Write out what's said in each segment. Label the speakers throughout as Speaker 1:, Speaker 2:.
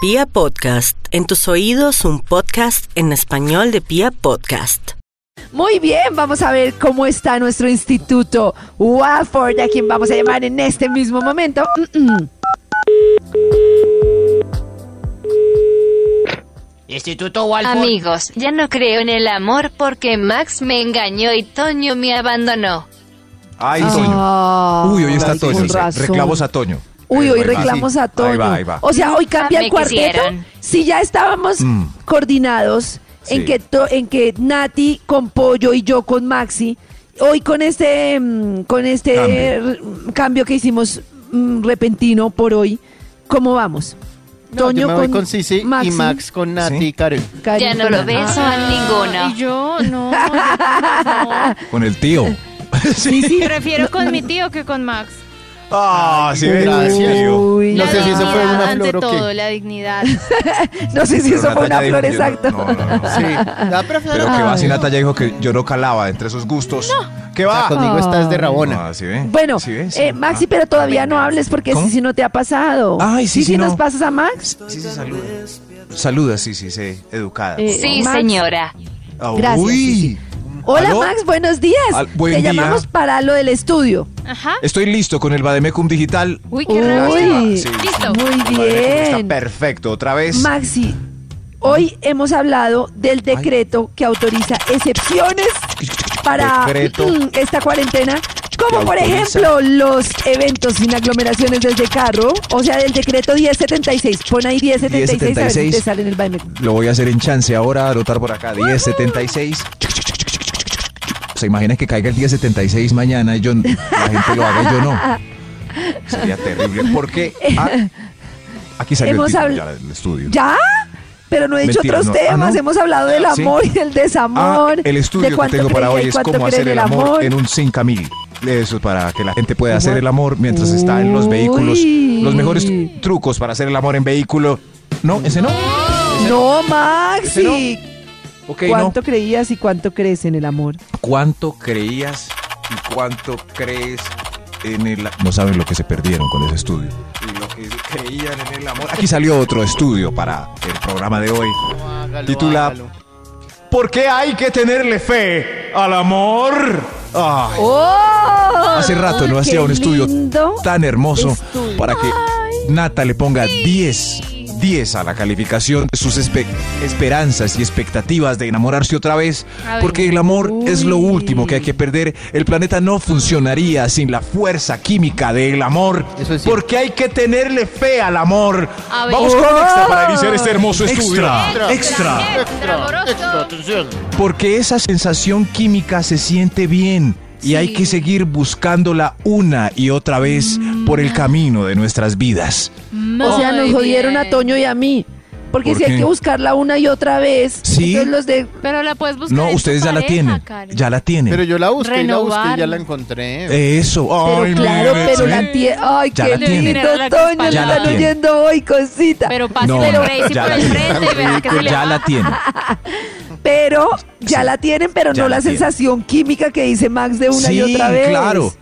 Speaker 1: Pia Podcast, en tus oídos un podcast en español de Pia Podcast.
Speaker 2: Muy bien, vamos a ver cómo está nuestro instituto Watford, a quien vamos a llamar en este mismo momento. Mm, Mm-mm.
Speaker 3: Instituto Walford.
Speaker 4: Amigos, ya no creo en el amor porque Max me engañó y Toño me abandonó.
Speaker 5: Ay, Toño.
Speaker 2: Ah,
Speaker 5: Uy, hoy está
Speaker 2: ay,
Speaker 5: Toño.
Speaker 2: con razón.
Speaker 5: Reclamos a Toño. Eh,
Speaker 2: Uy, hoy
Speaker 5: Ahí va,
Speaker 2: reclamos
Speaker 5: sí.
Speaker 2: a Toño.
Speaker 5: Ahí va, ahí va.
Speaker 2: O sea, hoy cambia
Speaker 4: Ah, Me
Speaker 2: el cuarteto.
Speaker 4: quisieron.
Speaker 2: Si ya estábamos
Speaker 5: Mm.
Speaker 2: coordinados en
Speaker 5: Sí.
Speaker 2: que to- en que Nati con Pollo y yo con Maxi, hoy con este mm, con este
Speaker 5: Cambio.
Speaker 2: r- cambio que hicimos mm, repentino por hoy, ¿cómo vamos?
Speaker 6: No, yo me voy con Sisi y
Speaker 2: Maxi,
Speaker 6: Max con Nati
Speaker 5: Sí.
Speaker 6: y Karen.
Speaker 2: Karin
Speaker 4: Ya no lo
Speaker 2: Fernández.
Speaker 4: beso a
Speaker 7: Y
Speaker 4: ninguno.
Speaker 7: yo, no. yo,
Speaker 5: Con el tío. sí.
Speaker 7: no. Prefiero con mi tío que con Max.
Speaker 5: Ah, sí,
Speaker 6: Uy,
Speaker 5: gracias.
Speaker 6: gracias.
Speaker 5: tío.
Speaker 2: Uy,
Speaker 6: No
Speaker 7: La
Speaker 6: sé si eso fue
Speaker 7: dignidad
Speaker 6: una
Speaker 7: ante
Speaker 6: flor o qué.
Speaker 7: todo, la dignidad.
Speaker 2: No sé si
Speaker 5: Pero
Speaker 2: eso fue
Speaker 5: Natalia
Speaker 2: una
Speaker 5: dijo
Speaker 2: flor
Speaker 5: que yo no-
Speaker 2: exacto.
Speaker 5: No, no, no.
Speaker 6: Sí. La Ah. prefiero
Speaker 5: Pero que va,
Speaker 6: Ay.
Speaker 2: Ah.
Speaker 5: si Natalia dijo que yo no calaba entre sus gustos. ¿Qué
Speaker 6: Ah,
Speaker 5: va?
Speaker 6: Conmigo estás de rabona.
Speaker 5: Ah, sí ve.
Speaker 2: Bueno,
Speaker 5: Sí ve, sí. Ah.
Speaker 2: eh, Maxi, pero todavía no hables porque
Speaker 5: ¿Cómo?
Speaker 2: si no te ha pasado.
Speaker 5: Ay, sí,
Speaker 2: ¿Y
Speaker 5: sí,
Speaker 2: si
Speaker 5: no.
Speaker 2: nos pasas a Max?
Speaker 5: Sí, sí, saluda. Saluda, sí, sí, sí. Educada.
Speaker 2: Eh,
Speaker 4: Sí,
Speaker 2: Max.
Speaker 4: señora.
Speaker 5: Ah,
Speaker 2: gracias,
Speaker 5: Uy.
Speaker 2: sí, Hola,
Speaker 5: ¿Aló?
Speaker 2: Max, buenos días.
Speaker 5: Al-
Speaker 2: te
Speaker 5: buen día.
Speaker 2: llamamos para lo del estudio.
Speaker 7: Ajá.
Speaker 5: Estoy listo con el Bademecum digital.
Speaker 7: Uy, qué rápido.
Speaker 2: Uy,
Speaker 5: Sí, sí,
Speaker 7: Listo.
Speaker 2: muy
Speaker 5: Está
Speaker 2: bien.
Speaker 5: perfecto. Otra vez.
Speaker 2: Maxi, hoy hemos hablado del decreto que autoriza excepciones para
Speaker 5: Decreto.
Speaker 2: mm, esta cuarentena. Como
Speaker 5: Que
Speaker 2: por
Speaker 5: autoriza.
Speaker 2: ejemplo los eventos sin aglomeraciones desde carro, o sea, del decreto 1076. Pon ahí 1076, a ver si
Speaker 5: 1076.
Speaker 2: te sale en el Bademecum.
Speaker 5: Lo voy a hacer en chance ahora, anotar por acá. 1076. ¿Se imagina que caiga el 1076 mañana y yo, la gente lo haga y yo no? Sería terrible. Porque ah, aquí salió
Speaker 2: Hemos
Speaker 5: el, título
Speaker 2: habl-
Speaker 5: ya del estudio.
Speaker 2: ¿Ya? Pero no he dicho
Speaker 5: Mentira,
Speaker 2: otros
Speaker 5: no.
Speaker 2: temas.
Speaker 5: Ah, ¿no?
Speaker 2: Hemos hablado del
Speaker 5: Ah, sí.
Speaker 2: amor y del desamor.
Speaker 5: Ah, el
Speaker 2: de
Speaker 5: estudio que
Speaker 2: cuánto
Speaker 5: tengo para
Speaker 2: creen
Speaker 5: hoy
Speaker 2: y
Speaker 5: es
Speaker 2: cuánto
Speaker 5: cómo
Speaker 2: creen
Speaker 5: hacer el amor, en un 5000. Eso es para que la gente pueda hacer el amor mientras está en los vehículos.
Speaker 2: Uy.
Speaker 5: Los mejores trucos para hacer el amor en vehículo. No, ese no.
Speaker 2: No, Maxi.
Speaker 5: Ok, no.
Speaker 2: ¿Cuánto creías y cuánto crees en el amor?
Speaker 5: ¿Cuánto creías y cuánto crees en el No saben lo que se perdieron con ese estudio. Y lo que creían en el amor. Aquí salió otro estudio para el programa de hoy.
Speaker 6: Hágalo,
Speaker 5: Titula-
Speaker 6: hágalo.
Speaker 5: ¿Por qué hay que tenerle fe al amor? Ay,
Speaker 2: ¡Oh!
Speaker 5: hace rato no
Speaker 2: Qué
Speaker 5: hacía un estudio
Speaker 2: lindo.
Speaker 5: tan hermoso
Speaker 2: estudio.
Speaker 5: para que Nata le ponga 10. 10 a la calificación de sus espe- esperanzas y expectativas de enamorarse otra vez,
Speaker 7: A ver.
Speaker 5: porque el amor es lo
Speaker 2: Uy.
Speaker 5: último que hay que perder. El planeta no funcionaría sin la fuerza química del amor,
Speaker 6: Eso es cierto.
Speaker 5: porque hay que tenerle fe al amor.
Speaker 7: A ver.
Speaker 5: Vamos con extra para iniciar
Speaker 2: Oh.
Speaker 5: este hermoso estudio.
Speaker 7: Extra, amoroso.
Speaker 6: extra, atención.
Speaker 5: Porque esa sensación química se siente bien y
Speaker 7: Sí.
Speaker 5: hay que seguir buscándola una y otra vez
Speaker 2: Mm,
Speaker 5: por el camino de nuestras vidas.
Speaker 2: O sea, nos
Speaker 7: Muy
Speaker 2: jodieron a
Speaker 7: bien.
Speaker 2: Toño y a mí. Porque
Speaker 5: ¿Por
Speaker 2: si hay
Speaker 5: qué?
Speaker 2: que buscarla una y otra vez,
Speaker 5: Sí.
Speaker 2: entonces los de
Speaker 7: Pero la puedes buscar.
Speaker 5: no,
Speaker 7: en tu
Speaker 5: ustedes ya la
Speaker 7: pareja,
Speaker 5: tienen.
Speaker 7: Karen.
Speaker 5: Ya la tienen.
Speaker 6: Pero yo la busqué y la busqué
Speaker 7: Renovar.
Speaker 6: y ya la
Speaker 5: Eh,
Speaker 6: encontré.
Speaker 5: Eso.
Speaker 2: Pero
Speaker 5: Ay,
Speaker 2: claro,
Speaker 5: mire,
Speaker 2: pero
Speaker 5: sí.
Speaker 2: la tiene. Ay,
Speaker 5: Ya
Speaker 2: qué
Speaker 5: la tiene.
Speaker 2: lindo,
Speaker 7: Mira la
Speaker 2: Toño.
Speaker 7: espalda.
Speaker 2: La
Speaker 5: Ya la
Speaker 2: están
Speaker 5: tiene.
Speaker 2: oyendo hoy, cosita.
Speaker 7: Pero
Speaker 5: No,
Speaker 7: pásale
Speaker 5: no,
Speaker 7: el Gracie
Speaker 5: ya
Speaker 7: por
Speaker 5: la
Speaker 7: el
Speaker 5: tiene.
Speaker 7: frente y verá que se le
Speaker 5: Ya
Speaker 7: va.
Speaker 5: la tienen.
Speaker 2: Pero ya
Speaker 5: Sí.
Speaker 2: la tienen, pero
Speaker 5: Ya
Speaker 2: no
Speaker 5: la
Speaker 2: la,
Speaker 5: tienen.
Speaker 2: sensación química que dice Max de una
Speaker 5: sí,
Speaker 2: y otra vez.
Speaker 5: claro.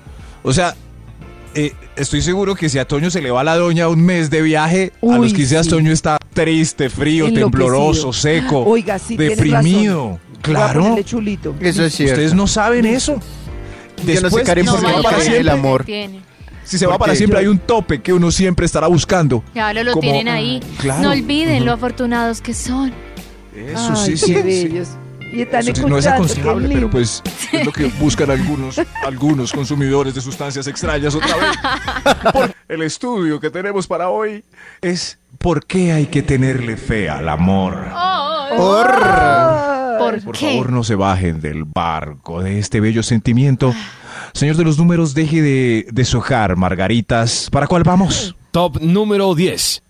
Speaker 5: O sea, eh, estoy seguro que si a Toño se le va la doña un mes de viaje, a
Speaker 2: Uy,
Speaker 5: los 15 días
Speaker 2: sí.
Speaker 5: Toño está triste, frío,
Speaker 2: Enloquecido.
Speaker 5: tembloroso, seco,
Speaker 2: Oiga, sí, tienes
Speaker 5: deprimido.
Speaker 2: razón. Voy a
Speaker 5: Claro.
Speaker 2: ponerle chulito.
Speaker 6: Eso es cierto.
Speaker 5: Ustedes no saben eso.
Speaker 6: Yo no sé, Karen,
Speaker 5: si
Speaker 6: por
Speaker 5: se
Speaker 6: qué
Speaker 5: va
Speaker 6: no
Speaker 5: para
Speaker 6: creen en
Speaker 5: siempre,
Speaker 6: el amor.
Speaker 7: Tiene.
Speaker 5: si se va
Speaker 6: ¿Por
Speaker 5: para
Speaker 6: qué?
Speaker 5: siempre, hay un tope que uno siempre estará buscando.
Speaker 7: Claro, lo
Speaker 5: Como- ah,
Speaker 7: tienen ahí.
Speaker 5: Claro.
Speaker 7: No olviden lo afortunados que son.
Speaker 5: Eso
Speaker 2: Ay,
Speaker 5: sí,
Speaker 2: qué
Speaker 5: sí. sí.
Speaker 2: bellos. Y están
Speaker 5: Eso sí,
Speaker 2: escuchando.
Speaker 5: no es
Speaker 2: qué
Speaker 5: aconsejable, pero
Speaker 2: lindo.
Speaker 5: pues es lo que buscan algunos, algunos consumidores de sustancias extrañas otra vez. Por- el estudio que tenemos para hoy es ¿Por qué hay que tenerle fe al amor?
Speaker 6: Por-
Speaker 7: ¿Por,
Speaker 5: Por
Speaker 7: qué?
Speaker 5: favor, no se bajen del barco de este bello sentimiento. Señor de los números, deje de deshojar margaritas. ¿Para cuál vamos?
Speaker 8: Top número 10.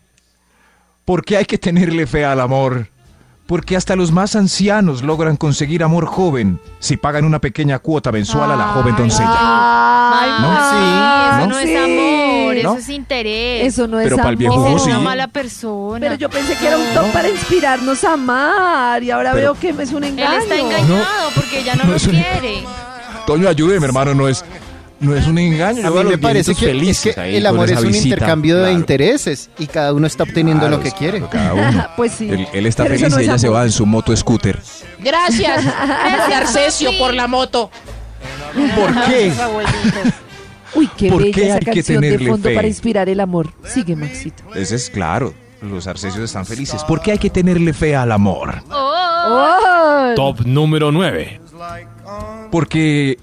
Speaker 5: Porque hay que tenerle fe al amor. Porque hasta los más ancianos logran conseguir amor joven si pagan una pequeña cuota mensual a la joven doncella.
Speaker 2: Ay,
Speaker 7: Ay,
Speaker 5: ¿No?
Speaker 7: Eso
Speaker 5: ¿No?
Speaker 7: no,
Speaker 2: Sí.
Speaker 7: es amor,
Speaker 5: ¿No?
Speaker 7: eso es interés.
Speaker 2: Eso no
Speaker 5: Pero
Speaker 2: es
Speaker 5: pa'l
Speaker 2: amor.
Speaker 5: viejo
Speaker 7: Esa es
Speaker 5: Oh, sí.
Speaker 7: una mala persona.
Speaker 2: Pero yo pensé que era un top para inspirarnos a amar. Y ahora
Speaker 5: Pero-
Speaker 2: veo que es un
Speaker 7: Él
Speaker 2: engaño.
Speaker 7: está engañado porque ya no,
Speaker 5: No
Speaker 7: lo
Speaker 5: es un-
Speaker 7: quiere.
Speaker 5: Toño, ayúdeme, hermano, no es. No es un engaño.
Speaker 6: A
Speaker 5: yo
Speaker 6: mí
Speaker 5: veo
Speaker 6: me
Speaker 5: los
Speaker 6: parece
Speaker 5: viejitos
Speaker 6: que,
Speaker 5: felices
Speaker 6: es que
Speaker 5: ahí
Speaker 6: el
Speaker 5: con
Speaker 6: amor
Speaker 5: esa
Speaker 6: es un
Speaker 5: visita.
Speaker 6: intercambio de
Speaker 5: Claro,
Speaker 6: intereses y cada uno está obteniendo
Speaker 5: claro,
Speaker 6: lo que quiere.
Speaker 5: claro, cada uno.
Speaker 2: Pues sí.
Speaker 5: Él, él está
Speaker 2: Pero eso
Speaker 5: feliz
Speaker 2: no
Speaker 5: y
Speaker 2: es
Speaker 5: ella se
Speaker 2: amor.
Speaker 5: va en su moto scooter.
Speaker 9: Gracias, gracias Arcesio por la moto.
Speaker 5: ¿Por qué?
Speaker 2: Uy, qué
Speaker 5: ¿Por
Speaker 2: bella
Speaker 5: qué
Speaker 2: esa
Speaker 5: hay que
Speaker 2: canción de
Speaker 5: tenerle
Speaker 2: fondo
Speaker 5: fe?
Speaker 2: para inspirar el amor. Sigue, Maxito.
Speaker 5: Ese es claro. Los arcesios están felices. ¿Por qué hay que tenerle fe al amor?
Speaker 2: ¡Oh!
Speaker 8: Top número 9.
Speaker 5: Porque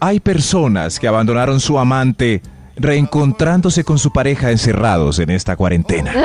Speaker 5: hay personas que abandonaron su amante reencontrándose con su pareja encerrados en esta cuarentena. Fe.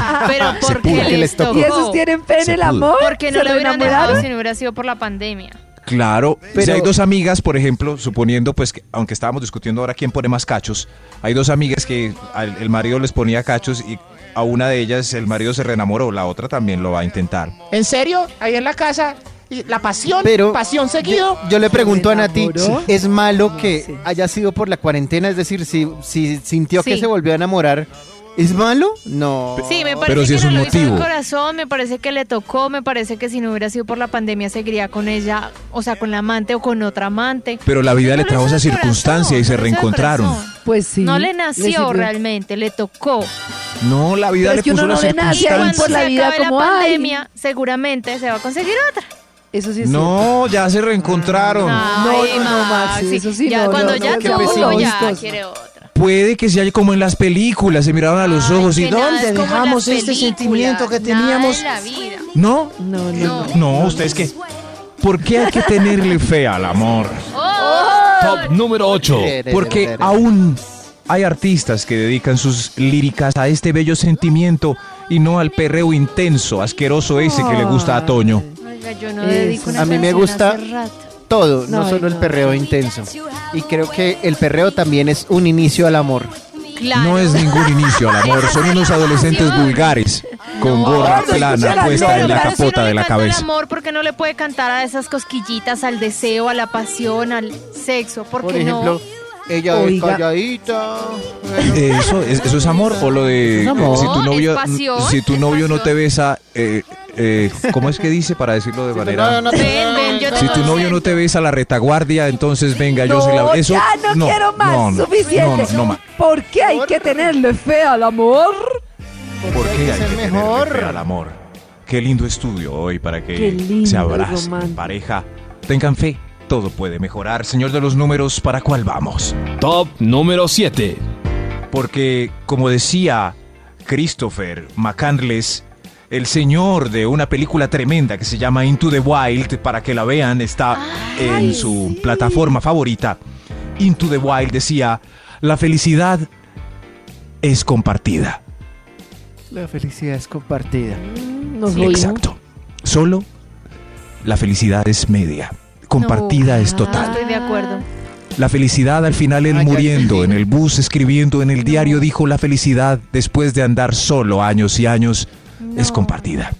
Speaker 5: Ah,
Speaker 7: Pero
Speaker 5: Se pudo.
Speaker 7: ¿por qué
Speaker 6: Porque
Speaker 7: les
Speaker 6: les
Speaker 7: tocó?
Speaker 6: tocó.
Speaker 2: ¿Y esos tienen fe en
Speaker 5: Se
Speaker 2: el
Speaker 5: pudo.
Speaker 2: amor?
Speaker 7: Porque no
Speaker 2: ¿Se
Speaker 7: lo hubieran
Speaker 2: reenamoraron?
Speaker 7: dejado si no hubiera sido por la pandemia.
Speaker 5: Claro,
Speaker 6: Pero-
Speaker 5: si hay dos amigas, por ejemplo, suponiendo, pues, que, aunque estábamos discutiendo ahora quién pone más cachos, hay dos amigas que al- el marido les ponía cachos y a una de ellas el marido se reenamoró, la otra también lo va a intentar.
Speaker 9: ¿En serio? Ahí en la casa, y la pasión,
Speaker 6: Pero
Speaker 9: pasión seguido.
Speaker 6: Yo, yo le pregunto a Nati,
Speaker 2: enamoró?
Speaker 6: ¿es
Speaker 7: Ah,
Speaker 6: malo que
Speaker 2: sí.
Speaker 6: haya sido por la cuarentena? Es decir, si, si sintió que
Speaker 7: Sí.
Speaker 6: se volvió a enamorar, ¿es malo? No.
Speaker 7: Sí, me
Speaker 5: Pero
Speaker 7: parece
Speaker 5: si
Speaker 7: que
Speaker 5: es
Speaker 7: no
Speaker 5: un
Speaker 7: lo hizo
Speaker 5: motivo.
Speaker 7: de corazón, me parece que le tocó, me parece que si no hubiera sido por la pandemia seguiría con ella, o sea, con la amante o con otra amante.
Speaker 5: Pero la vida
Speaker 7: No
Speaker 5: le
Speaker 7: lo
Speaker 5: trajo
Speaker 7: hizo
Speaker 5: esa
Speaker 7: de
Speaker 5: circunstancia y se
Speaker 7: corazón, no lo hizo de
Speaker 5: reencontraron.
Speaker 7: corazón.
Speaker 2: Pues sí.
Speaker 7: No le
Speaker 2: sirvió.
Speaker 7: nació realmente, le tocó.
Speaker 5: No, la vida
Speaker 2: Pero
Speaker 5: le
Speaker 2: es que
Speaker 5: puso
Speaker 2: uno
Speaker 5: la
Speaker 2: no le nace
Speaker 7: Y
Speaker 2: Tan-
Speaker 7: cuando
Speaker 5: circunstancia.
Speaker 2: por la
Speaker 7: se
Speaker 2: vida
Speaker 7: acabe la
Speaker 2: como, ay.
Speaker 7: pandemia, seguramente se va a conseguir otra.
Speaker 2: Eso sí es
Speaker 5: No, ya se reencontraron.
Speaker 7: Ay,
Speaker 2: no, no, Maxi,
Speaker 7: Maxi,
Speaker 2: eso sí,
Speaker 7: ya
Speaker 2: no,
Speaker 7: cuando
Speaker 2: no,
Speaker 7: ya
Speaker 2: no, qué
Speaker 7: tuvo, ya
Speaker 2: pesimistas.
Speaker 7: quiere otra.
Speaker 5: Puede que sea como en las películas, se miraron a los
Speaker 7: Ay,
Speaker 5: ojos y
Speaker 7: que nada,
Speaker 5: ¿dónde
Speaker 7: es como en las
Speaker 5: dejamos este
Speaker 7: películas,
Speaker 5: sentimiento que
Speaker 7: nada
Speaker 5: teníamos?
Speaker 7: en la vida.
Speaker 5: ¿No?
Speaker 2: No, no.
Speaker 7: No.
Speaker 5: No, ustedes qué. ¿Por qué hay que tenerle fe al amor?
Speaker 2: Oh.
Speaker 7: Oh.
Speaker 8: Top número 8.
Speaker 5: Porque aún hay artistas que dedican sus líricas a este bello sentimiento y no al perreo intenso, asqueroso ese que le gusta a Toño.
Speaker 7: Oiga, yo no
Speaker 2: Eso.
Speaker 7: dedico una
Speaker 6: A mí me
Speaker 7: canción
Speaker 6: gusta-
Speaker 7: hace rato.
Speaker 6: Todo, no,
Speaker 2: No,
Speaker 6: solo el
Speaker 2: no.
Speaker 6: perreo intenso. Y creo que el perreo también es un inicio al amor.
Speaker 7: Claro.
Speaker 5: No es ningún inicio al amor, son unos adolescentes vulgares con gorra
Speaker 2: no, escucha
Speaker 5: plana
Speaker 2: la
Speaker 5: puesta en la
Speaker 7: Pero si uno
Speaker 5: capota
Speaker 7: le
Speaker 5: de la
Speaker 7: canta
Speaker 5: cabeza.
Speaker 7: Al amor, ¿por qué no le puede cantar a esas cosquillitas, al deseo, a la pasión, al sexo? ¿Por,
Speaker 6: Por
Speaker 7: qué
Speaker 6: ejemplo,
Speaker 7: no?
Speaker 6: ella es
Speaker 2: Oiga.
Speaker 6: calladita.
Speaker 5: Eh, Eso, es- eso es amor o lo de
Speaker 6: Es amor.
Speaker 5: si tu
Speaker 7: No,
Speaker 5: novio
Speaker 7: es pasión,
Speaker 5: si tu
Speaker 7: es
Speaker 5: novio no
Speaker 7: pasión.
Speaker 5: te besa eh, eh, cómo es que dice para decirlo de manera
Speaker 7: Ven, ven, yo te
Speaker 5: si tu novio no te besa la retaguardia entonces venga yo se la eso
Speaker 2: ya no, quiero más,
Speaker 5: no, no,
Speaker 2: suficiente.
Speaker 5: no, no, no más.
Speaker 2: ¿Por qué hay que tenerle fe al amor?
Speaker 5: ¿Por qué hay que
Speaker 6: ser
Speaker 5: tenerle
Speaker 6: mejor?
Speaker 5: fe al amor? Qué lindo estudio hoy para
Speaker 2: Qué
Speaker 5: que
Speaker 2: lindo,
Speaker 5: se abracen
Speaker 2: romántico.
Speaker 5: pareja. Tengan fe, todo puede mejorar. Señor de los números, ¿para cuál vamos?
Speaker 8: Top número 7.
Speaker 5: Porque, como decía Christopher McCandless, el señor de una película tremenda que se llama Into the Wild, para que la vean, está en su plataforma favorita. Into the Wild decía, la felicidad es compartida.
Speaker 6: La felicidad es compartida.
Speaker 2: Nos
Speaker 7: Sí.
Speaker 2: oímos.
Speaker 5: Exacto. Solo la felicidad es media. Compartida
Speaker 7: No.
Speaker 5: es total.
Speaker 7: Estoy de acuerdo.
Speaker 5: La felicidad al final es
Speaker 6: Ay, ay,
Speaker 5: muriendo
Speaker 6: sí.
Speaker 5: en el bus, escribiendo en el diario, dijo la felicidad después de andar solo años y años es
Speaker 7: No.
Speaker 5: compartida.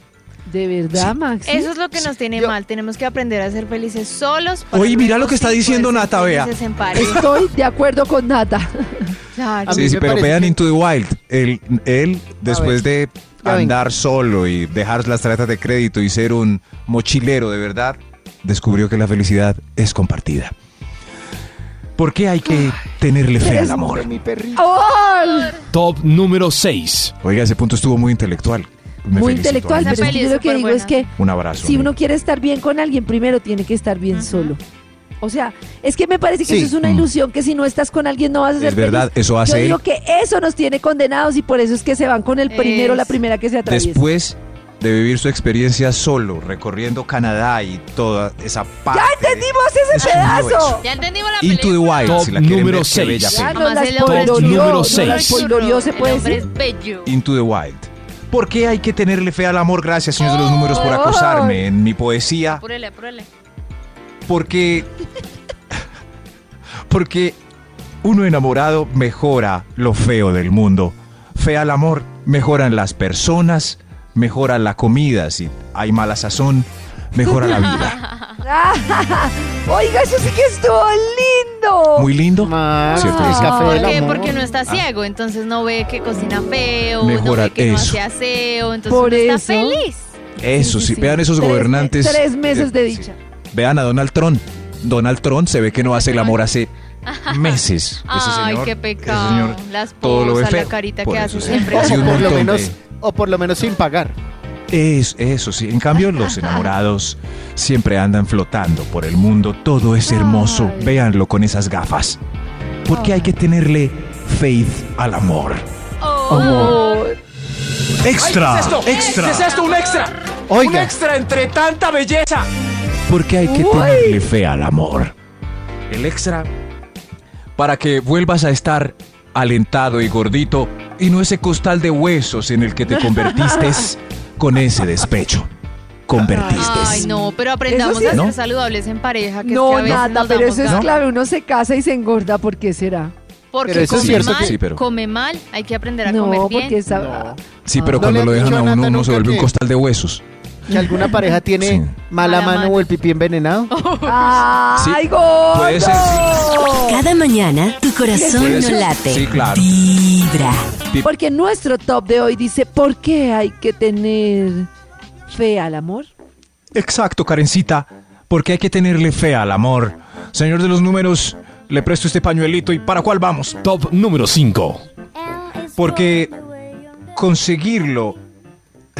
Speaker 2: De verdad, Maxi.
Speaker 7: Eso es lo que nos tiene mal. Tenemos que aprender a ser felices solos. para
Speaker 5: Oye, mira
Speaker 7: luego
Speaker 5: lo que está
Speaker 7: sí
Speaker 5: diciendo
Speaker 7: poder ser
Speaker 5: Nata, vea.
Speaker 7: felices en pareja.
Speaker 2: Estoy de acuerdo con Nata.
Speaker 7: Claro.
Speaker 6: A mí
Speaker 5: Sí, sí,
Speaker 6: me
Speaker 5: pero
Speaker 6: parece
Speaker 5: vean
Speaker 6: que-
Speaker 5: Into the Wild. Él, él después de
Speaker 6: Ya ven.
Speaker 5: andar solo y dejar las tarjetas de crédito y ser un mochilero de verdad, descubrió que la felicidad es compartida. ¿Por qué hay que tenerle fe al amor?
Speaker 2: ¡Amor!
Speaker 8: Top número 6.
Speaker 5: Oiga, ese punto estuvo muy intelectual. Me
Speaker 2: Muy
Speaker 5: felicito,
Speaker 2: intelectual,
Speaker 5: Ana.
Speaker 2: pero es que yo
Speaker 7: Esa
Speaker 2: lo que
Speaker 7: peli
Speaker 2: digo
Speaker 7: es
Speaker 2: es que
Speaker 5: Un abrazo.
Speaker 2: si
Speaker 5: amigo.
Speaker 2: uno quiere estar bien con alguien, primero tiene que estar bien solo. O sea, es que me parece que
Speaker 6: Sí.
Speaker 2: eso es una
Speaker 5: Mm.
Speaker 2: ilusión que si no estás con alguien no vas a ser
Speaker 5: Es verdad,
Speaker 2: feliz.
Speaker 5: eso
Speaker 2: Yo
Speaker 5: hace él.
Speaker 2: digo que eso nos tiene condenados y por eso es que se van con el primero, la
Speaker 7: Es-
Speaker 2: primera que se atraviesa.
Speaker 5: Después de vivir su experiencia solo, recorriendo Canadá y toda esa parte.
Speaker 2: ¡Ya entendimos ese
Speaker 5: Eso es un
Speaker 2: pedazo!
Speaker 5: nuevo
Speaker 4: Ya entendimos la
Speaker 5: Into the Wild,
Speaker 8: Top
Speaker 5: si la quieren
Speaker 8: número
Speaker 5: ver, qué
Speaker 8: seis.
Speaker 5: bella
Speaker 8: Ya,
Speaker 5: peli.
Speaker 2: no las
Speaker 7: el hombre es
Speaker 8: Top
Speaker 7: duro,
Speaker 8: número
Speaker 7: no
Speaker 8: seis.
Speaker 7: las
Speaker 2: Polvorió, ¿se puede
Speaker 7: El hombre
Speaker 2: decir?
Speaker 7: es bello.
Speaker 5: Into the Wild. ¿Por qué hay que tenerle fe al amor? Gracias, señor de los números, por acosarme en mi poesía.
Speaker 4: Apúrele, apúrele.
Speaker 5: Porque. Porque uno enamorado mejora lo feo del mundo. Fe al amor mejoran las personas, mejora la comida si hay mala sazón, mejora la vida.
Speaker 2: Oiga, eso sí que estuvo lindo.
Speaker 5: Muy lindo.
Speaker 6: Más
Speaker 5: Cierto, sí. pues.
Speaker 6: café
Speaker 7: ¿Por
Speaker 6: del
Speaker 7: qué?
Speaker 6: amor.
Speaker 7: Porque no
Speaker 5: Ah.
Speaker 7: está ciego, entonces no ve que cocina feo, no
Speaker 5: Mejorar
Speaker 7: ve que no
Speaker 5: eso.
Speaker 7: hace aseo, entonces
Speaker 2: Por
Speaker 7: no está
Speaker 2: eso.
Speaker 7: feliz.
Speaker 5: Eso sí, vean esos
Speaker 2: Tres-
Speaker 5: gobernantes.
Speaker 2: Tres meses
Speaker 5: eh,
Speaker 2: de
Speaker 5: sí.
Speaker 2: dicha.
Speaker 5: Vean a Donald Trump. Donald Trump se ve que no hace el amor hace meses. Ese
Speaker 7: Ay,
Speaker 5: señor-
Speaker 7: qué
Speaker 5: ese
Speaker 7: pecado.
Speaker 5: señor
Speaker 7: La
Speaker 5: todo lo ve
Speaker 7: esposa, la
Speaker 5: feo.
Speaker 7: carita
Speaker 5: Por
Speaker 7: que
Speaker 5: eso
Speaker 7: hace
Speaker 5: sí.
Speaker 7: siempre.
Speaker 5: Hace
Speaker 6: O
Speaker 5: un
Speaker 6: por, lo
Speaker 5: montón
Speaker 6: menos,
Speaker 5: de-
Speaker 6: o por lo menos sin pagar.
Speaker 5: Es, eso sí. En cambio, los enamorados siempre andan flotando por el mundo. Todo es hermoso.
Speaker 7: Ay.
Speaker 5: Véanlo con esas gafas. Porque hay que tenerle faith al amor. Extra,
Speaker 9: ¿Qué es esto?
Speaker 5: extra.
Speaker 9: ¿Qué es esto? Un extra. Un
Speaker 6: Oiga,
Speaker 9: extra entre tanta belleza.
Speaker 5: Porque hay que tenerle fe al amor. El extra para que vuelvas a estar alentado y gordito y no ese costal de huesos en el que te convertiste con ese despecho. Convertiste.
Speaker 7: Ay, no, pero aprendamos
Speaker 2: Eso sí
Speaker 7: a
Speaker 5: es-
Speaker 7: ser
Speaker 5: ¿No?
Speaker 7: saludables en pareja. Que es que
Speaker 2: No,
Speaker 7: a veces
Speaker 2: nada,
Speaker 7: nos
Speaker 2: pero
Speaker 7: damos
Speaker 2: eso es
Speaker 7: ganas.
Speaker 2: claro, uno se casa y se engorda, ¿por qué será?
Speaker 7: Porque
Speaker 6: Pero eso
Speaker 7: come
Speaker 6: es cierto
Speaker 7: mal,
Speaker 5: que sí, pero-
Speaker 7: come mal, hay que aprender a
Speaker 2: No,
Speaker 7: comer bien.
Speaker 2: porque esa...
Speaker 5: Sí, pero
Speaker 6: No
Speaker 5: cuando
Speaker 6: le
Speaker 5: lo
Speaker 6: han
Speaker 5: dejan
Speaker 6: dicho
Speaker 5: a
Speaker 6: a
Speaker 5: uno,
Speaker 6: Nata
Speaker 5: uno se
Speaker 6: nunca
Speaker 5: vuelve un
Speaker 6: que-
Speaker 5: costal de huesos.
Speaker 6: que alguna pareja tiene
Speaker 5: Sí.
Speaker 6: mala
Speaker 7: Mala
Speaker 6: mano
Speaker 7: mano.
Speaker 6: o el pipí envenenado.
Speaker 2: ¡Ay,
Speaker 5: Sí,
Speaker 2: gordo!
Speaker 5: puede ser,
Speaker 1: Cada mañana tu corazón
Speaker 5: Puede
Speaker 1: no
Speaker 5: ser.
Speaker 1: late.
Speaker 5: Sí, claro.
Speaker 1: Vibra.
Speaker 2: Porque nuestro top de hoy dice, ¿por qué hay que tener fe al amor?
Speaker 5: Exacto, Karencita, porque hay que tenerle fe al amor. Señor de los números, le presto este pañuelito y para cuál vamos.
Speaker 8: Top número 5.
Speaker 5: Porque conseguirlo.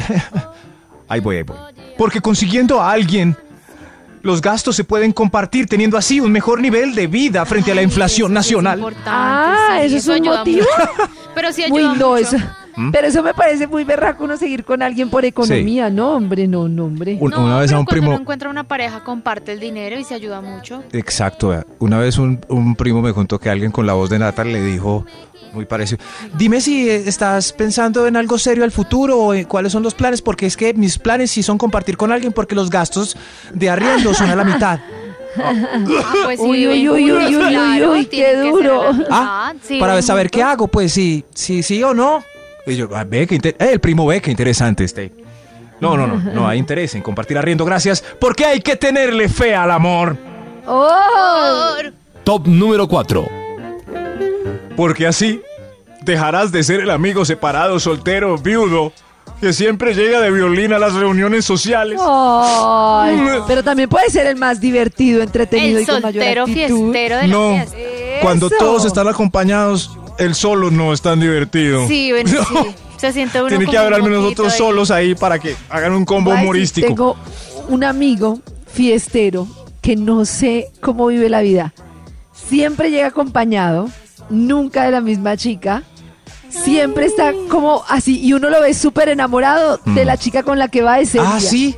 Speaker 5: ahí voy, ahí voy. Porque consiguiendo a alguien, los gastos se pueden compartir, teniendo así un mejor nivel de vida frente a la inflación nacional.
Speaker 2: Ah, ¿eso es un motivo?
Speaker 7: Pero sí ayuda
Speaker 2: Uy, no,
Speaker 7: mucho.
Speaker 2: eso-
Speaker 5: ¿Mm?
Speaker 2: Pero eso me parece muy berraco uno seguir con alguien por economía. No, hombre, no, no, hombre.
Speaker 5: Un-
Speaker 7: No,
Speaker 5: una vez a
Speaker 7: pero
Speaker 5: un
Speaker 7: cuando
Speaker 5: primo.
Speaker 7: uno encuentra una pareja, comparte el dinero y se ayuda mucho.
Speaker 5: Exacto. vea. Una vez un, un primo me contó que alguien con la voz de Natal le dijo, muy parecido, dime si eh, estás pensando en algo serio al futuro o en cuáles son los planes, porque es que mis planes sí son compartir con alguien porque los gastos de arriendo son a la mitad.
Speaker 7: Ah, pues sí,
Speaker 2: Uy, uy,
Speaker 7: viven
Speaker 2: uy,
Speaker 7: juntos,
Speaker 2: uy, uy,
Speaker 7: claro,
Speaker 2: uy,
Speaker 7: tienen
Speaker 2: qué
Speaker 7: que ser
Speaker 2: duro.
Speaker 7: a la mitad,
Speaker 5: Ah,
Speaker 7: sí,
Speaker 5: para
Speaker 7: viven
Speaker 5: saber qué
Speaker 7: juntos.
Speaker 5: hago, pues sí, sí, sí o no. Y yo, ah, ve que inter- eh, el primo ve que interesante este. No, no, no, no hay interés en compartir arriendo, gracias, porque hay que tenerle fe al amor.
Speaker 8: Top número 4.
Speaker 5: Porque así dejarás de ser el amigo separado, soltero, viudo, que siempre llega de violín a las reuniones sociales.
Speaker 7: Oh,
Speaker 2: Ay, pero también puede ser el más divertido, entretenido
Speaker 7: El
Speaker 2: y con mayor
Speaker 7: soltero
Speaker 2: actitud.
Speaker 7: fiestero de la
Speaker 5: No,
Speaker 7: fiesta.
Speaker 5: cuando
Speaker 2: Eso.
Speaker 5: todos están acompañados, el solo no es tan divertido.
Speaker 7: Sí, bueno,
Speaker 5: No.
Speaker 7: sí. Se siente uno
Speaker 5: Tiene que
Speaker 7: como
Speaker 5: haber al
Speaker 7: un
Speaker 5: menos
Speaker 7: poquito
Speaker 5: otros
Speaker 7: ahí.
Speaker 5: solos ahí para que hagan un combo
Speaker 2: Voy a decir,
Speaker 5: humorístico.
Speaker 2: Tengo un amigo fiestero que no sé cómo vive la vida. Siempre llega acompañado, nunca de la misma chica. Siempre está como así y uno lo ve súper enamorado de la chica con la que va ese
Speaker 5: Mm. Ah,
Speaker 2: día.
Speaker 5: sí.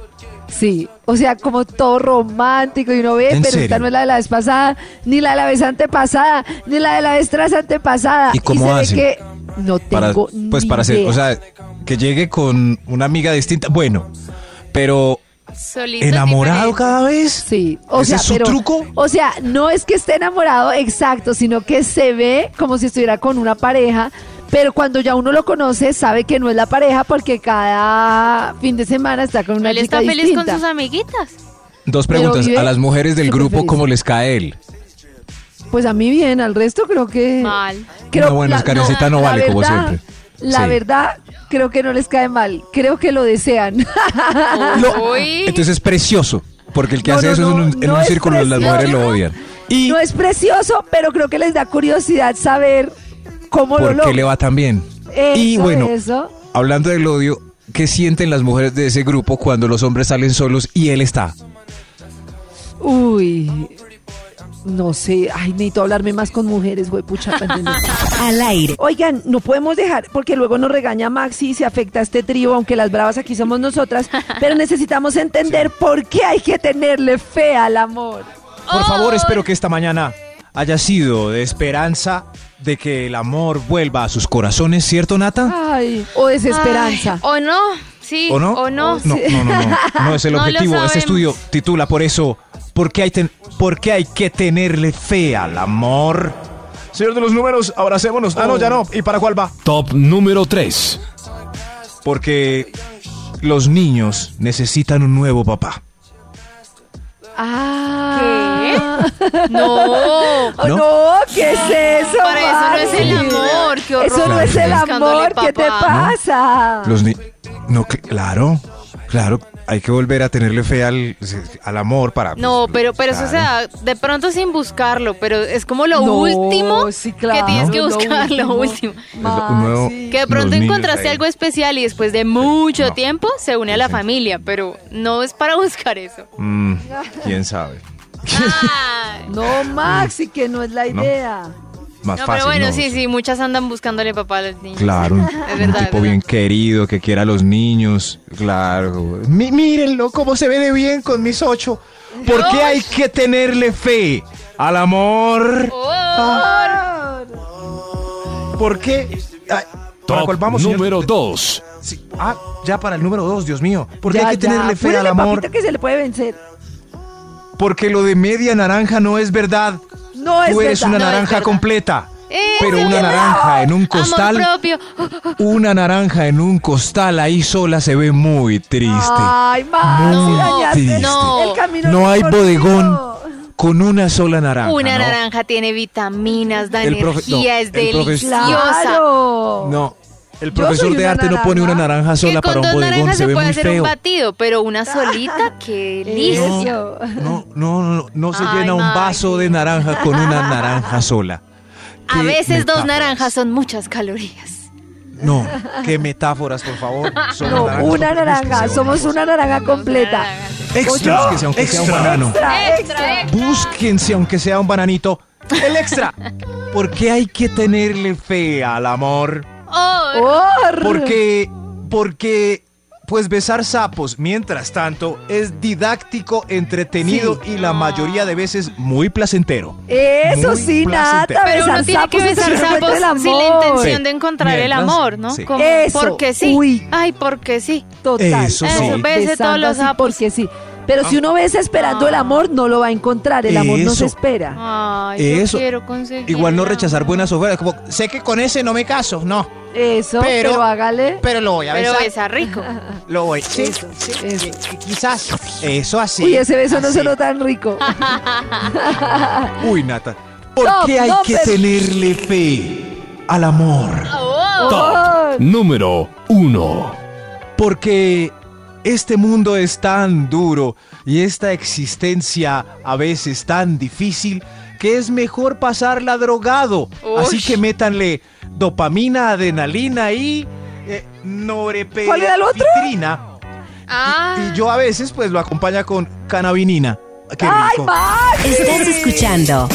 Speaker 2: Sí, o sea, como todo romántico y uno ve,
Speaker 5: ¿En
Speaker 2: pero
Speaker 5: serio?
Speaker 2: esta no es la de la vez pasada, ni la de la vez antepasada, ni la de la vez tras antepasada.
Speaker 5: ¿Y cómo
Speaker 2: se ve
Speaker 5: hacen?
Speaker 2: que no tengo
Speaker 5: pues
Speaker 2: ni
Speaker 5: para ser,
Speaker 2: idea.
Speaker 5: o sea, que llegue con una amiga distinta. Bueno, pero
Speaker 7: Solito es
Speaker 5: enamorado
Speaker 7: diferente.
Speaker 5: cada vez.
Speaker 2: Sí, o
Speaker 5: ¿Ese
Speaker 2: sea,
Speaker 5: es su
Speaker 2: pero-
Speaker 5: truco?
Speaker 2: O sea, no es que esté enamorado, exacto, sino que se ve como si estuviera con una pareja, pero cuando ya uno lo conoce sabe que no es la pareja porque cada fin de semana está con una
Speaker 7: Él
Speaker 2: chica
Speaker 7: está feliz
Speaker 2: distinta.
Speaker 7: con sus amiguitas.
Speaker 5: Dos
Speaker 2: Pero
Speaker 5: preguntas.
Speaker 2: vive
Speaker 5: A las mujeres del
Speaker 2: súper
Speaker 5: grupo,
Speaker 2: feliz.
Speaker 5: ¿cómo les cae él?
Speaker 2: Pues a mí bien, al resto creo que
Speaker 7: Mal.
Speaker 2: creo
Speaker 5: No, bueno, es que Areceta no
Speaker 2: la
Speaker 5: vale, como siempre.
Speaker 2: La
Speaker 5: Sí.
Speaker 2: verdad creo que no les cae mal, creo que lo desean.
Speaker 5: Ah.
Speaker 7: Uy.
Speaker 5: Entonces es precioso, porque el que
Speaker 2: No,
Speaker 5: hace
Speaker 2: no,
Speaker 5: eso en
Speaker 2: no,
Speaker 5: un, en
Speaker 2: no
Speaker 5: un
Speaker 2: es
Speaker 5: círculo las
Speaker 2: precioso.
Speaker 5: mujeres lo odian. ¿Y
Speaker 2: No es precioso, pero creo que les da curiosidad saber cómo lo
Speaker 5: por qué
Speaker 2: logra.
Speaker 5: le va tan bien? y
Speaker 2: Eso,
Speaker 5: bueno,
Speaker 2: eso.
Speaker 5: hablando del odio, ¿qué sienten las mujeres de ese grupo cuando los hombres salen solos y él está?
Speaker 2: Uy, no sé, ay, necesito hablarme más con mujeres, güey, pucha. pa' entender.
Speaker 1: Al aire.
Speaker 2: Oigan, no podemos dejar, porque luego nos regaña Maxi y se afecta a este trío, aunque las bravas aquí somos nosotras, pero necesitamos entender por qué hay que tenerle fe al amor.
Speaker 5: Por favor, espero que esta mañana haya sido de esperanza de que el amor vuelva a sus corazones, ¿cierto, Nata?
Speaker 2: Ay, o desesperanza.
Speaker 7: Ay, o no, sí.
Speaker 5: ¿O no?
Speaker 7: O no.
Speaker 5: No, no, no, no. No es el
Speaker 7: No lo
Speaker 5: objetivo. Este
Speaker 7: sabemos.
Speaker 5: estudio titula por eso, ¿por qué, hay ten- por qué hay que tenerle fe al amor? Señor de los números, abracémonos. Ah, no, ya no. ¿Y para cuál va?
Speaker 8: Top número 3.
Speaker 5: Porque los niños necesitan un nuevo papá.
Speaker 2: Ah,
Speaker 7: No.
Speaker 2: Oh,
Speaker 5: ¿No?
Speaker 2: ¿No? ¿qué es eso?
Speaker 7: Para eso no es el
Speaker 2: Maxi?
Speaker 7: amor, qué horror.
Speaker 2: Eso no es el
Speaker 7: Buscándole
Speaker 2: amor, ¿qué te
Speaker 7: papá.
Speaker 2: pasa?
Speaker 5: Los ni- No, cl- claro, claro. hay que volver a tenerle fe al, al amor para...
Speaker 7: No,
Speaker 5: pues,
Speaker 7: pero, pero eso se
Speaker 5: claro.
Speaker 7: da de pronto sin buscarlo, pero es como lo
Speaker 2: No,
Speaker 7: último
Speaker 2: sí, claro,
Speaker 7: que tienes que
Speaker 2: lo
Speaker 7: buscar, lo último.
Speaker 5: Es lo- un nuevo-
Speaker 7: Que de pronto
Speaker 5: los niños
Speaker 7: encontraste
Speaker 5: ahí.
Speaker 7: algo especial y después de mucho
Speaker 5: No.
Speaker 7: tiempo se une a la
Speaker 5: Sí.
Speaker 7: familia, pero no es para buscar eso.
Speaker 5: Mm, ¿Quién sabe?
Speaker 7: Ay.
Speaker 2: No, Maxi, que no es la
Speaker 5: No.
Speaker 2: idea.
Speaker 5: Más
Speaker 7: No,
Speaker 5: fácil.
Speaker 7: pero bueno,
Speaker 5: ¿no?
Speaker 7: sí, sí, muchas andan buscándole papá a los niños.
Speaker 5: Claro, un,
Speaker 7: verdad,
Speaker 5: un
Speaker 7: es
Speaker 5: tipo
Speaker 7: verdad.
Speaker 5: bien querido, que quiera a los niños. Claro. Mi- mírenlo, cómo se ve de bien con mis ocho. ¿Por qué hay que tenerle fe al amor?
Speaker 7: Oh.
Speaker 5: ¿Por qué? Ay, ¿Para
Speaker 8: Top
Speaker 5: cuál vamos, señor?
Speaker 8: número 2.
Speaker 5: Sí. Ah, ya para el número dos, Dios mío. ¿Por qué
Speaker 2: Ya,
Speaker 5: hay que
Speaker 2: ya.
Speaker 5: tenerle fe
Speaker 2: Júrele,
Speaker 5: al amor?
Speaker 2: papito, que se le puede vencer.
Speaker 5: Porque lo de media naranja no es verdad.
Speaker 2: No es
Speaker 5: Tú eres
Speaker 2: verdad.
Speaker 5: una
Speaker 7: No, es
Speaker 5: naranja
Speaker 7: verdad.
Speaker 5: completa.
Speaker 7: Eh,
Speaker 5: Pero
Speaker 7: sí,
Speaker 5: una
Speaker 7: no.
Speaker 5: naranja en un costal,
Speaker 7: Amor propio.
Speaker 5: una naranja en un costal ahí sola se ve muy triste.
Speaker 2: Ay, Maxi,
Speaker 5: No,
Speaker 2: dañaste
Speaker 7: Ah, no.
Speaker 2: el camino.
Speaker 5: No hay
Speaker 2: recorrido.
Speaker 5: bodegón con una sola naranja.
Speaker 7: Una
Speaker 5: ¿no?
Speaker 7: naranja tiene vitaminas, da
Speaker 5: El profe- no,
Speaker 7: energía, es
Speaker 5: el profe-
Speaker 7: deliciosa.
Speaker 2: Claro.
Speaker 5: No. El
Speaker 2: Yo
Speaker 5: profesor
Speaker 2: soy
Speaker 5: de
Speaker 2: una
Speaker 5: arte no pone una
Speaker 2: naranja.
Speaker 5: naranja sola
Speaker 7: que con
Speaker 5: para un
Speaker 7: dos
Speaker 5: bodegón,
Speaker 7: naranjas
Speaker 5: se
Speaker 7: se
Speaker 5: ve
Speaker 7: puede
Speaker 5: muy
Speaker 7: hacer un
Speaker 5: feo.
Speaker 7: batido, pero una solita, qué
Speaker 2: Eso.
Speaker 7: listo.
Speaker 5: No, no, no, no se
Speaker 7: Ay,
Speaker 5: llena un
Speaker 7: Maxi.
Speaker 5: vaso de naranja con una naranja sola.
Speaker 7: A
Speaker 5: Qué
Speaker 7: veces dos
Speaker 5: metáforas.
Speaker 7: naranjas son muchas calorías.
Speaker 5: No, qué metáforas, por favor. Son
Speaker 2: No,
Speaker 5: naranjas,
Speaker 2: una
Speaker 5: no tenemos que
Speaker 2: naranja.
Speaker 5: ser
Speaker 2: Somos una naranja completa.
Speaker 5: Extra, búsquense aunque sea un banano.
Speaker 2: Extra,
Speaker 5: Búsquense aunque sea un bananito. El extra. ¿Por qué hay que tenerle fe al amor?
Speaker 7: Oh,
Speaker 2: Or.
Speaker 5: Porque, porque, pues besar sapos, mientras tanto, es didáctico, entretenido y la mayoría de veces muy placentero.
Speaker 2: Eso
Speaker 5: Muy
Speaker 2: sí, nada.
Speaker 5: placentero.
Speaker 7: pero
Speaker 2: besar
Speaker 7: uno tiene que
Speaker 2: sapos es
Speaker 7: besar
Speaker 2: pues, el secreto
Speaker 7: sapos
Speaker 2: del
Speaker 7: sin la
Speaker 2: amor.
Speaker 7: intención
Speaker 5: Sí.
Speaker 7: de encontrar el
Speaker 5: Mientras-
Speaker 7: amor, ¿no?
Speaker 5: sí.
Speaker 7: Como,
Speaker 2: Eso,
Speaker 7: Porque sí.
Speaker 2: uy.
Speaker 7: Ay, porque sí.
Speaker 2: Total.
Speaker 5: Eso sí. Ah.
Speaker 2: Eso,
Speaker 7: Bese todos los
Speaker 2: así
Speaker 7: sapos.
Speaker 2: Porque sí. Pero si uno besa esperando el amor, no lo va a encontrar. El amor no se
Speaker 5: Eso.
Speaker 2: espera.
Speaker 7: Ay, yo
Speaker 5: Eso.
Speaker 7: quiero conseguir.
Speaker 5: Igual no
Speaker 7: el
Speaker 5: rechazar
Speaker 7: amor.
Speaker 5: buenas ofertas, como
Speaker 9: Sé que con ese no me caso, no.
Speaker 2: Eso, pero,
Speaker 9: Pero-
Speaker 2: hágale.
Speaker 9: Pero lo voy a
Speaker 7: Pero
Speaker 9: besar.
Speaker 7: besa rico.
Speaker 9: Lo voy. Sí,
Speaker 2: Eso,
Speaker 9: sí,
Speaker 2: eso.
Speaker 9: sí, Quizás. Eso así.
Speaker 2: Uy, ese beso no
Speaker 9: así.
Speaker 2: se nota tan rico.
Speaker 5: uy, Nata. ¿Por
Speaker 2: No,
Speaker 5: qué hay
Speaker 2: no,
Speaker 5: que
Speaker 2: pero-
Speaker 5: tenerle fe al amor?
Speaker 2: Oh.
Speaker 8: Top número 1.
Speaker 5: Porque este mundo es tan duro y esta existencia a veces tan difícil que es mejor pasarla drogado. Así que métanle dopamina, adrenalina y eh,
Speaker 2: ¿Cuál era el otro?
Speaker 5: norepefitrina.
Speaker 7: Ah.
Speaker 5: Y yo a veces pues lo acompaña con canabinina. Qué
Speaker 2: ¡Ay,
Speaker 5: rico.
Speaker 2: Max!
Speaker 1: Estás escuchando